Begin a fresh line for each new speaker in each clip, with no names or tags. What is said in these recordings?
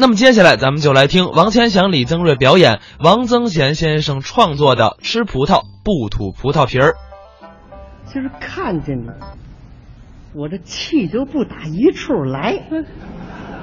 那么接下来咱们就来听王千祥、李增瑞表演王增贤先生创作的《吃葡萄不吐葡萄皮儿》。
今儿看见你，我这气就不打一处来。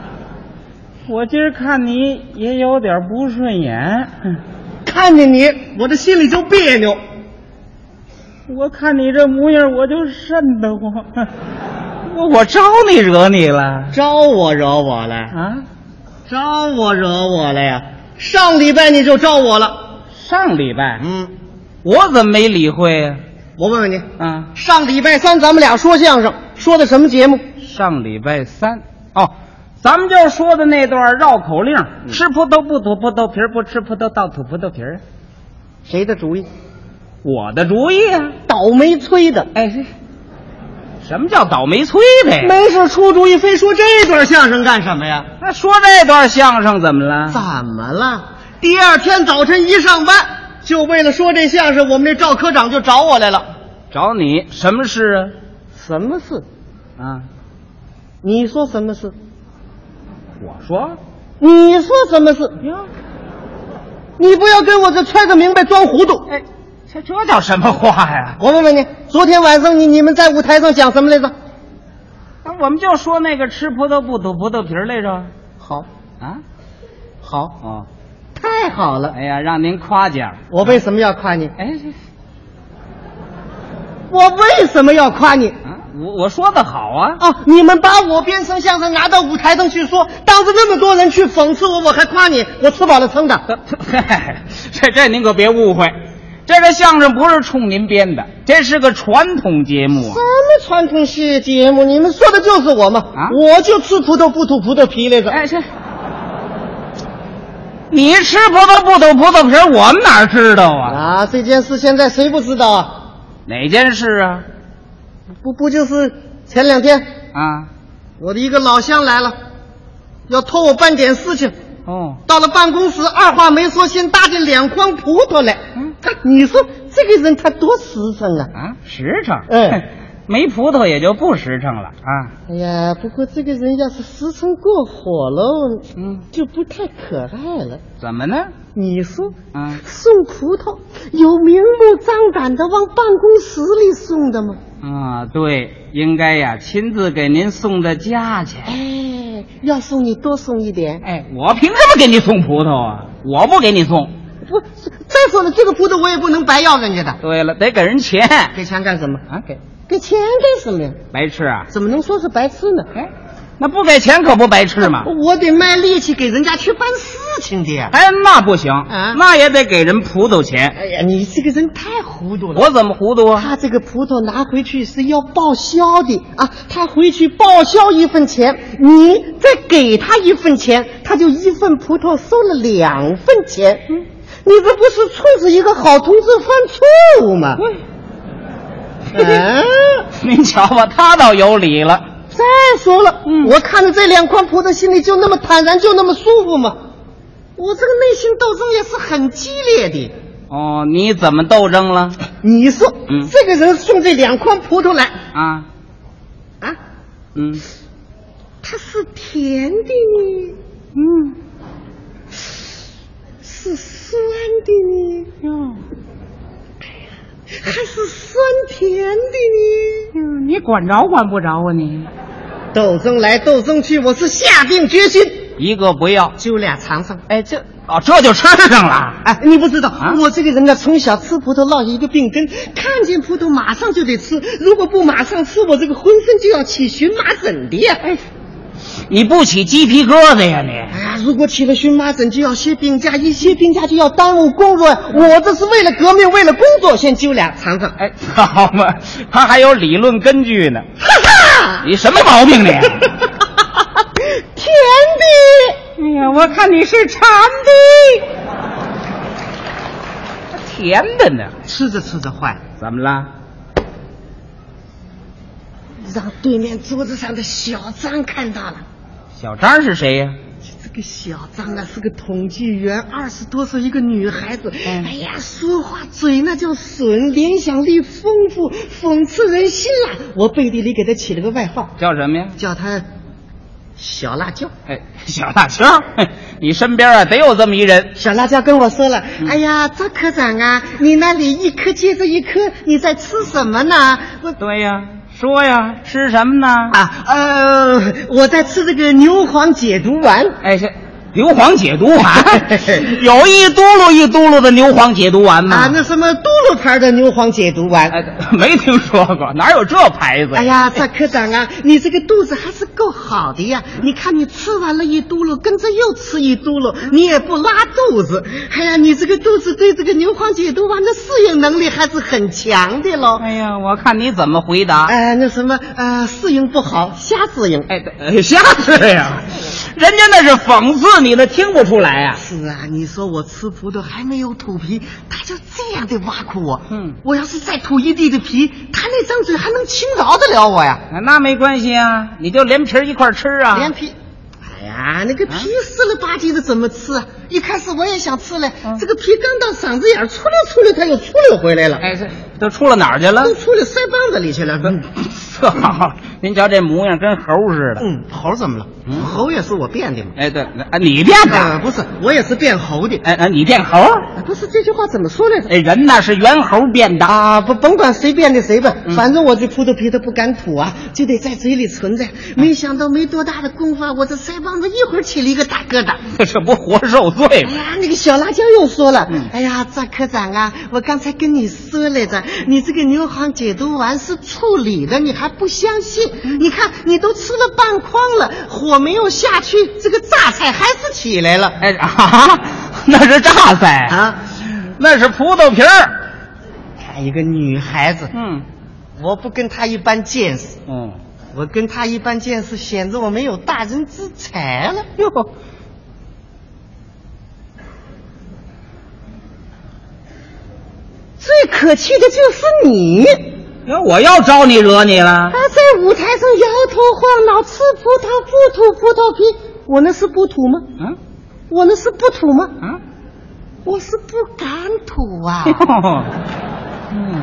我今儿看你也有点不顺眼，
看见你，我这心里就别扭。
我看你这模样，我就瘆得慌。 我我招你惹你了
招我惹我了？
啊？
招我惹我了呀？上礼拜你就招我了。
上礼拜
嗯，
我怎么没理会呀、
我问问你，
啊？
上礼拜三咱们俩说相声，说的什么节目？
上礼拜三哦，咱们就说的那段绕口令：吃葡萄不吐葡萄皮儿，不吃葡萄倒吐葡萄皮儿。啊
谁的主意？
我的主意啊！
倒霉催的。
哎，是什么叫倒霉催的呀？
没事出主意，非说这段相声干什么呀？
那说这段相声怎么了？
怎么了？第二天早晨一上班，就为了说这相声，我们这赵科长就找我来了。
找你什么事
什么事？
啊？啊，
你说什么事？
我说
你说什么事？
哟，
你不要跟我这揣着明白装糊涂。
哎，这这叫什么话呀？
我问问你，昨天晚上你你们在舞台上讲什么来着？
那我们就说那个吃葡萄不吐葡萄皮儿来着
好，
啊？
好，
哦，
太好了！
哎呀，让您夸奖。
我为什么要夸你？
哎，这
我为什么要夸你？
啊，我我说的好啊。
啊！你们把我编成相声拿到舞台上去说，当着那么多人去讽刺我，我还夸你，我吃饱了撑的。
嘿，这这您可别误会，这个相声不是冲您编的，这是个传统节目
什。么传统戏节目？你们说的就是我吗？
啊
我就吃葡萄不吐葡萄皮来着。
哎，这你吃葡萄不吐葡萄皮儿，我们哪知道啊？
啊，这件事现在谁不知道啊？
哪件事啊？
不不就是前两天
啊，
我的一个老乡来了，要托我办点事情。
哦，
到了办公室，二话没说，先搭进两筐葡萄来。
嗯
他，你说这个人他多实诚啊！
啊，实诚。
哎，
没葡萄也就不实诚了啊。
哎呀，不过这个人要是实诚过火喽，
嗯，
就不太可爱了。
怎么呢？
你说，
啊
送葡萄有明目张胆的往办公室里送的吗？
啊，对，应该呀，亲自给您送到家去。
哎，要送你多送一点。
哎，我凭什么给你送葡萄啊？我不给你送。
不，再说了，这个葡萄我也不能白要人家的，
对了，得给人钱
给钱干什么？
啊，给
给钱干什么呀？
白痴啊！
怎么能说是白痴呢？
哎，那不给钱可不白痴吗？
我得卖力气给人家去办事情的呀。
哎，那不行，
啊
那也得给人葡萄钱。
哎呀，你这个人太糊涂了。
我怎么糊涂 啊？
他这个葡萄拿回去是要报销的啊，他回去报销一份钱，你再给他一份钱，他就一份葡萄收了两份钱。你这不是促使一个好同志犯错误吗？嗯、
您瞧吧，他倒有理了。
再说了，我看着这两筐葡萄，心里就那么坦然，就那么舒服吗？我这个内心斗争也是很激烈的。
哦，你怎么斗争了？
你说，
嗯
这个人送这两筐葡萄来
啊，
啊，
嗯，
它是甜的呢，嗯，是酸的呢，
哟，
哎还是酸甜的呢？
你管着管不着啊你？
斗争来斗争去，我是下定决心，
一个不要，
就俩尝尝。
哎，这哦，这就吃上了。
哎，你不知道，
啊
我这个人呢，从小吃葡萄落下一个病根，看见葡萄马上就得吃，如果不马上吃，我这个浑身就要起荨麻疹的呀。哎，
你不起鸡皮疙瘩呀你？
哎呀，如果起了荨麻疹，就要歇病假，一歇病假就要耽误工作。我这是为了革命，为了工作，先揪俩尝尝。
哎， 好嘛，他还有理论根据呢。
哈
你什么毛病你？啊
哈，甜的，
哎呀，我看你是馋的，甜的呢。
吃着吃着坏了，
怎么了？
让对面桌子上的小张看到了。
小张是谁呀、
这个小张呢是个统计员，二十多岁一个女孩子，哎呀，说话嘴那叫损，联想力丰富，讽刺人心啊！我背地里给她起了个外号，
叫什么呀？
叫她小辣椒。
哎，小辣椒， 嘿你身边啊得有这么一人。
小辣椒跟我说了：“哎呀，赵科长啊，你那里一颗接着一颗，你在吃什么呢？”我
对呀，说呀，吃什么呢？
啊，呃，我在吃这个牛黄解毒丸。
哎，是牛黄解毒丸， 有一嘟噜一嘟噜的牛黄解毒丸吗？
啊，那什么嘟噜牌的牛黄解毒丸。
嗯哎，没听说过，哪有这牌子？
哎，呀，赵科长啊，你这个肚子还是够好的呀！你看你吃完了一嘟噜，跟着又吃一嘟噜，你也不拉肚子。哎呀，你这个肚子对这个牛黄解毒丸的适应能力还是很强的喽。
哎呀，我看你怎么回答。
呃，那什么，呃，适应不好，瞎适应。
哎，对瞎吃呀！人家那是讽刺你的，听不出来呀、
是啊，你说我吃葡萄还没有吐皮，他就这样的挖苦我。
嗯，
我要是再吐一地的皮，他那张嘴还能轻饶得了我呀？
啊那没关系啊，你就连皮儿一块儿吃啊。
连皮，哎呀，那个皮湿了吧唧的怎么吃啊？一开始我也想吃嘞，这个皮刚到嗓子眼儿，出溜出溜，它又出溜回来了，
哎，这都出了哪儿去了
都？出溜腮帮子里去了。嗯
这好，您瞧这模样跟猴似的。
嗯，猴怎么了？猴也是我变的嘛。
哎，对，啊，你变
啊，
的，
不是，我也是变猴的。啊
哎哎，你变猴？
不是这句话怎么说来着？
哎，人呐是猿猴变的。
啊，不甭管谁变的谁吧，反正我这葡萄皮它不敢吐啊，就得在嘴里存着。没想到没多大的功夫啊，我这腮帮子一会儿起了一个大疙瘩。
这不活受罪
哎
吗？
呀，那个小辣椒又说了，哎呀，赵科长啊，我刚才跟你说来着，你这个牛黄解毒丸是处理的，你还不相信？你看你都吃了半筐了，火没有下去，这个榨菜还是起来了。
哎啊，那是榨菜
啊，
那是葡萄皮儿。
看一个女孩子，
嗯
我不跟她一般见识。
嗯，
我跟他一般见识，显得我没有大人之才了。哟，最可气的就是你，
那我要招你惹你了？
他在舞台上摇头晃脑，吃葡萄不吐葡萄皮，我那是不吐吗？
嗯
我那是不吐吗？
嗯，
我是不敢吐啊！
嗯，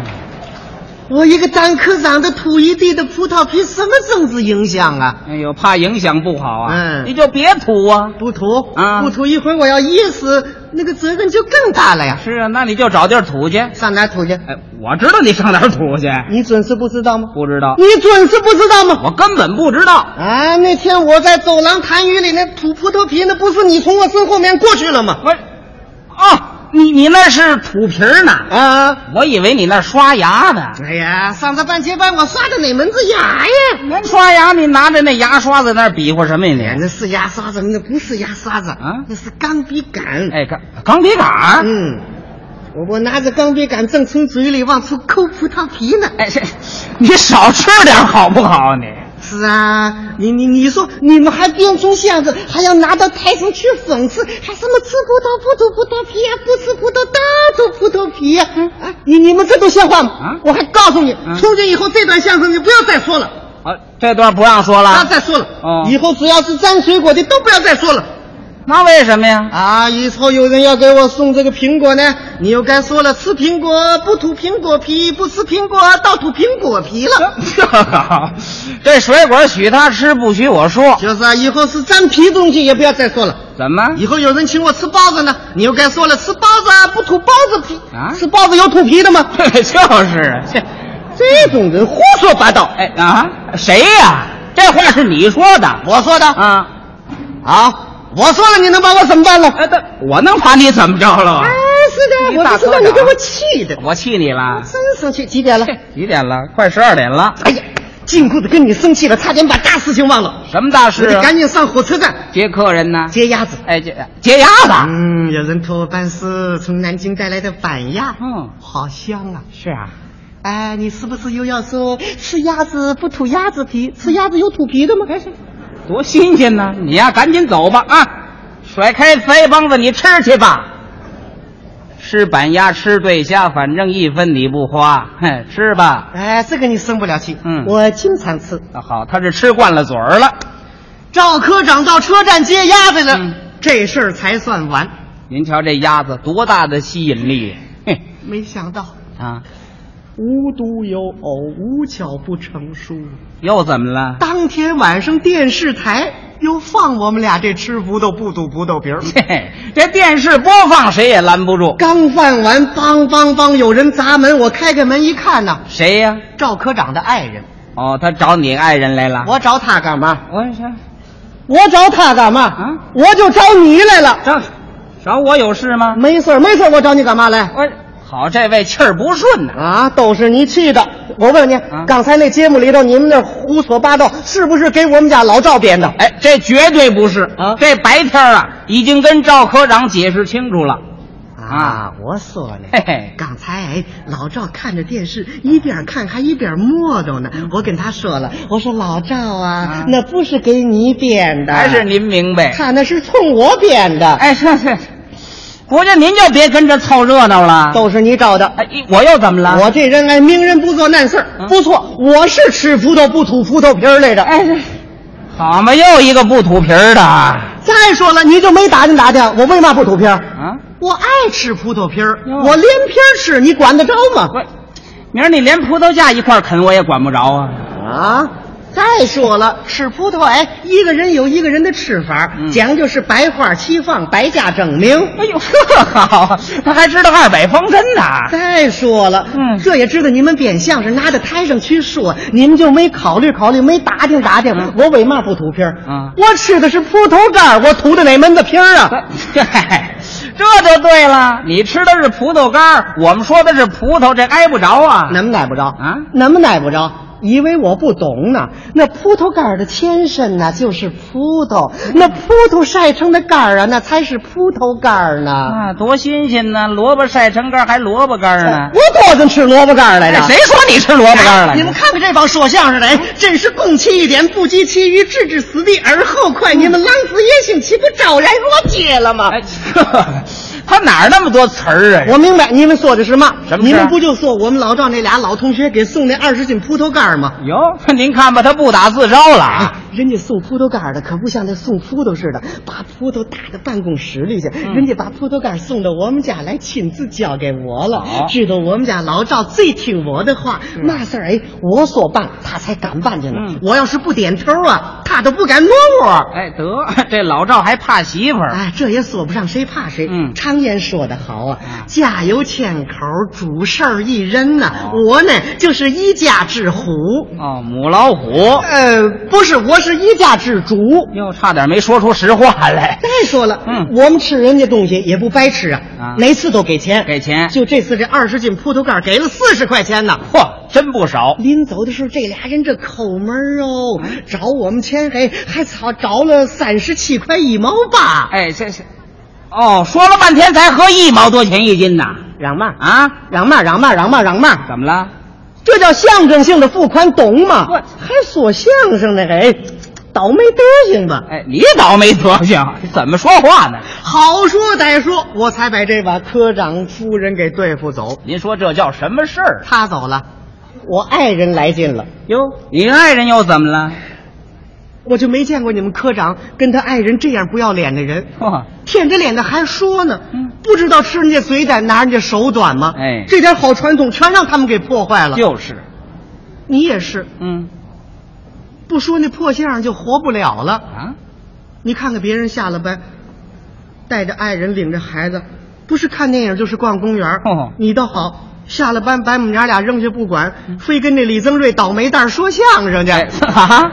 我一个当科长的吐一地的葡萄皮，什么政治影响啊？
哎呦，怕影响不好啊。
嗯
你就别吐啊。
不吐
啊
不吐，一会儿我要噎死，那个责任就更大了呀。
是啊，那你就找地儿吐去。
上哪儿吐去？
哎，我知道你上哪儿吐去，
你准是不知道吗？
不知道，
你准是不知道吗？
啊我根本不知道。
啊，那天我在走廊痰盂里那吐葡萄皮，那不是你从我身后面过去了吗？
我，哦，你你那是吐皮儿呢，
啊，
我以为你那刷牙呢。
哎呀，上这半截班我刷的哪门子牙呀？
那刷牙，你拿着那牙刷在那儿比划什么呀
哎，
你？
那是牙刷子，那不是牙刷子
啊
那是钢笔杆。
哎，钢钢笔杆儿，
嗯，我我拿着钢笔杆正从嘴里往出抠葡萄皮呢。
哎，这你少吃点好不好？你
是啊，你你你说你们还编出相声，还要拿到台上去讽刺，还什么吃葡萄不吐葡萄皮呀、不吃葡萄当吐葡萄皮呀、啊！你你们这都像话吗？
嗯啊
我还告诉你，
啊
从今以后这段相声你不要再说了，
啊，这段不让说
不要
了，
再说了。
哦
以后只要是沾水果的都不要再说了。
那为什么呀？
啊，以后有人要给我送这个苹果呢，你又该说了，吃苹果不吐苹果皮，不吃苹果倒吐苹果皮了。
这好， 这水果许他吃，不许我说。
就是啊，以后是沾皮东西也不要再说了。
怎么？
以后有人请我吃包子呢，你又该说了，吃包子啊不吐包子皮
啊
吃包子有吐皮的吗？
就是啊这，
这种人胡说八道。
哎啊，谁呀、这话是你说的
我说的，
啊？
好，我说了，你能把我怎么办了？
哎，但我能把你怎么着了
啊
啊？，
是的，
你
我
大
就知道
科
你啊
长
给我气的，
我气你了，
真生气。几点了？
几点了？快十二点了。
哎呀，禁锢的跟你生气了，差点把大事情忘了。
什么大
我
事
得
啊？
赶紧上火车站
接客人呢？
接鸭子。
哎，接接鸭子。
嗯，有人托我办事，从南京带来的板鸭，
嗯，
好香啊。
是啊，
哎，你是不是又要说吃鸭子不吐鸭子皮，吃鸭子有吐皮的吗？
多新鲜呢！你呀，赶紧走吧啊！甩开腮帮子，你吃去吧。吃板鸭，吃对虾，反正一分你不花， 哼，吃吧。
哎，这个你生不了气。
嗯
我经常吃。
那好，他是吃惯了嘴儿了。
赵科长到车站接鸭子了，
嗯
这事儿才算完。
您瞧这鸭子多大的吸引力，嘿
没想到
啊！
无独有偶，无巧不成书。
又怎么了？
当天晚上电视台又放我们俩这吃葡萄不吐葡萄皮儿。
这这电视播放谁也拦不住。
刚放完，梆梆梆，有人砸门。我开开门一看呐，
谁呀、
赵科长的爱人。
哦，他找你爱人来了。
我找他干嘛？
我是
我找他干嘛？
啊
我就找你来了。
找找我有事吗？
没事儿没事儿我找你干嘛来？
我好，这位气儿不顺呐、
啊，都是你气的。我问你，
啊
刚才那节目里头你们那胡说八道，是不是给我们家老赵编的？
哎，这绝对不是
啊
这白天儿啊，已经跟赵科长解释清楚了。啊，
我说了
嘿嘿，
刚才哎，老赵看着电视，一边看还一边磨叨呢。我跟他说了，我说老赵啊，
嗯啊
那不是给你编的，
还是您明白。
他啊那是冲我编的，
哎，是是，不是您就别跟着凑热闹了。
都是你找的。
哎，我又怎么了？
我这人哎，明人不做难事儿，
啊
不错，我是吃葡萄不吐葡萄皮儿来着。
哎，这好嘛，又一个不吐皮儿的啊！
再说了，你就没打听打听，我为嘛不吐皮儿？我爱吃葡萄皮儿，
哟
我连皮儿吃，你管得着吗？
我明儿你连葡萄架一块儿啃，我也管不着啊。
啊！再说了，吃葡萄，哎，一个人有一个人的吃法，
嗯
讲究是百花齐放，百家争鸣。
哎呦，呵 好，他还知道二百方针呢。
再说了，
嗯
这也知道你们编相声拿到台上去说，你们就没考虑考虑，没打听打听，我为嘛不吐皮儿？
嗯
我吃的是葡萄干儿，我吐的哪门子皮儿啊？
嗨，这就对了。你吃的是葡萄干儿，我们说的是葡萄，这挨不着啊。
能耐不着
啊
能不耐不着？以为我不懂呢？那葡萄干儿的前身呢，就是葡萄；那葡萄晒成的干儿啊，那才是葡萄干儿呢。
啊，多新鲜呢！萝卜晒成干儿，还萝卜干儿呢。
哎我多跟吃萝卜干儿来着。
哎，谁说你吃萝卜干儿了？
哎你们看看这帮说相声的，哎，真是共其一点，不及其余，置之死地而后快。你们狼子野心，岂不昭然若揭了吗？
哎，呵他哪儿那么多词儿啊？
哎我明白你们说的是嘛？
什么事
你们不就说我们老赵那俩老同学给送那二十斤葡萄干儿吗？
哟，您看吧，他不打自招了
啊
啊。，
人家送葡萄干儿的可不像那送葡萄似的，把葡萄打到办公室里去。
嗯
人家把葡萄干儿送到我们家来，亲自交给我了
好。
知道我们家老赵最听我的话，嘛事儿哎，我说办他才敢办去呢。
嗯
我要是不点头啊，他都不敢摸我。
哎，得，这老赵还怕媳妇儿。
哎，这也说不上谁怕谁。
嗯
常言说得好啊
啊，
家有千口，主事儿一人呐、
哦
我呢，就是一家之虎。
哦，母老虎，
呃，不是，我是一家之主。
又差点没说出实话来。
再说了，
嗯
我们吃人家东西也不白吃啊，
啊
哪次都给钱，
给钱
就这次这二十斤葡萄干儿给了四十块钱呢。
嚯，真不少。
临走的时候，这俩人这抠门儿哦，
啊
找我们钱还还找找了三十七块一毛八，
哎，这是，哦，说了半天才合一毛多钱一斤呐。
嚷嘛
啊，
嚷嘛嚷嘛嚷嘛嚷嘛，
怎么了？
这叫象征性的付款，懂吗
我？
还说相声呢，哎，倒霉德行吧。
哎，你倒霉德行，怎么说话呢？
好说歹说，我才把这把科长夫人给对付走。
您说这叫什么事儿？啊
他走了，我爱人来劲了，
哟，你爱人又怎么了？
我就没见过你们科长跟他爱人这样不要脸的人，
嚯，
舔着脸的还说呢，
嗯
不知道吃人家嘴短，拿人家手短吗？
哎
这点好传统全让他们给破坏了。
就是，
你也是，
嗯
不说那破相声就活不了了。
啊，
你看看别人下了班，带着爱人领着孩子，不是看电影就是逛公园。
哦
你倒好，下了班白母娘俩扔下不管，非跟这李增瑞倒霉蛋儿说相声去。
嗯哎， 啊，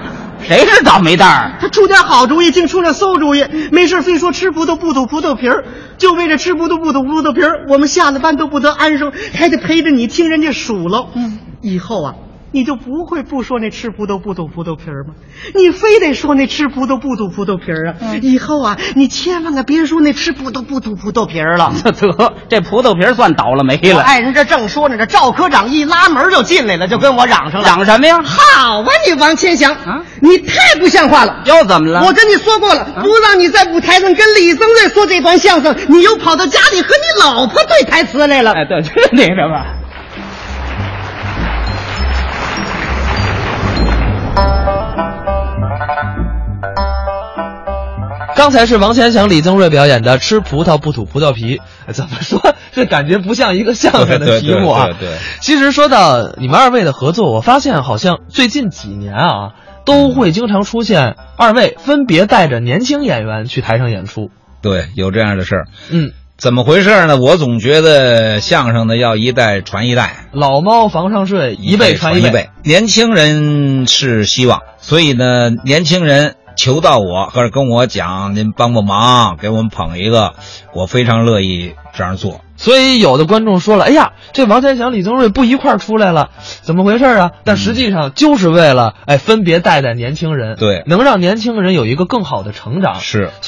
谁是倒霉蛋儿？
他出点好主意，竟出了馊主意，没事非说吃葡萄不吐葡萄皮儿，就为这吃葡萄不吐葡萄皮儿，我们下了班都不得安生，还得陪着你听人家数喽。嗯，以后啊，你就不会不说那吃葡萄不吐葡萄皮儿吗？你非得说那吃葡萄不吐葡萄皮儿啊！以后啊，你千万可别说那吃葡萄不吐葡萄皮儿了。
这得，这葡萄皮儿算倒了霉
我
了。
爱人这正说呢，这赵科长一拉门就进来了，就跟我嚷上了。
嚷什么呀？
好吧，你王千祥
嗯啊
你太不像话了。
又怎么了？啊
我跟你说过了，不让你在舞台上跟李增瑞说这段相声，你又跑到家里和你老婆对台词来了。
哎，对，就是那什么。
刚才是王千祥、李增瑞表演的《吃葡萄不吐葡萄皮》，哎怎么说？这感觉不像一个相声的
对对
题目啊。
对对对
其实说到你们二位的合作，我发现好像最近几年啊，都会经常出现二位分别带着年轻演员去台上演出。
对，有这样的事儿。
嗯，
怎么回事呢？我总觉得相声呢要一代传一代，
老猫房上睡，一辈传
一
辈。
辈。年轻人是希望，所以呢，年轻人求到我或者跟我讲，您帮帮忙，给我们捧一个，我非常乐意这样做。
所以有的观众说了：“哎呀，这王千祥、李宗瑞不一块儿出来了，怎么回事啊？”但实际上就是为了哎分别带带年轻人，
对
能让年轻人有一个更好的成长。
是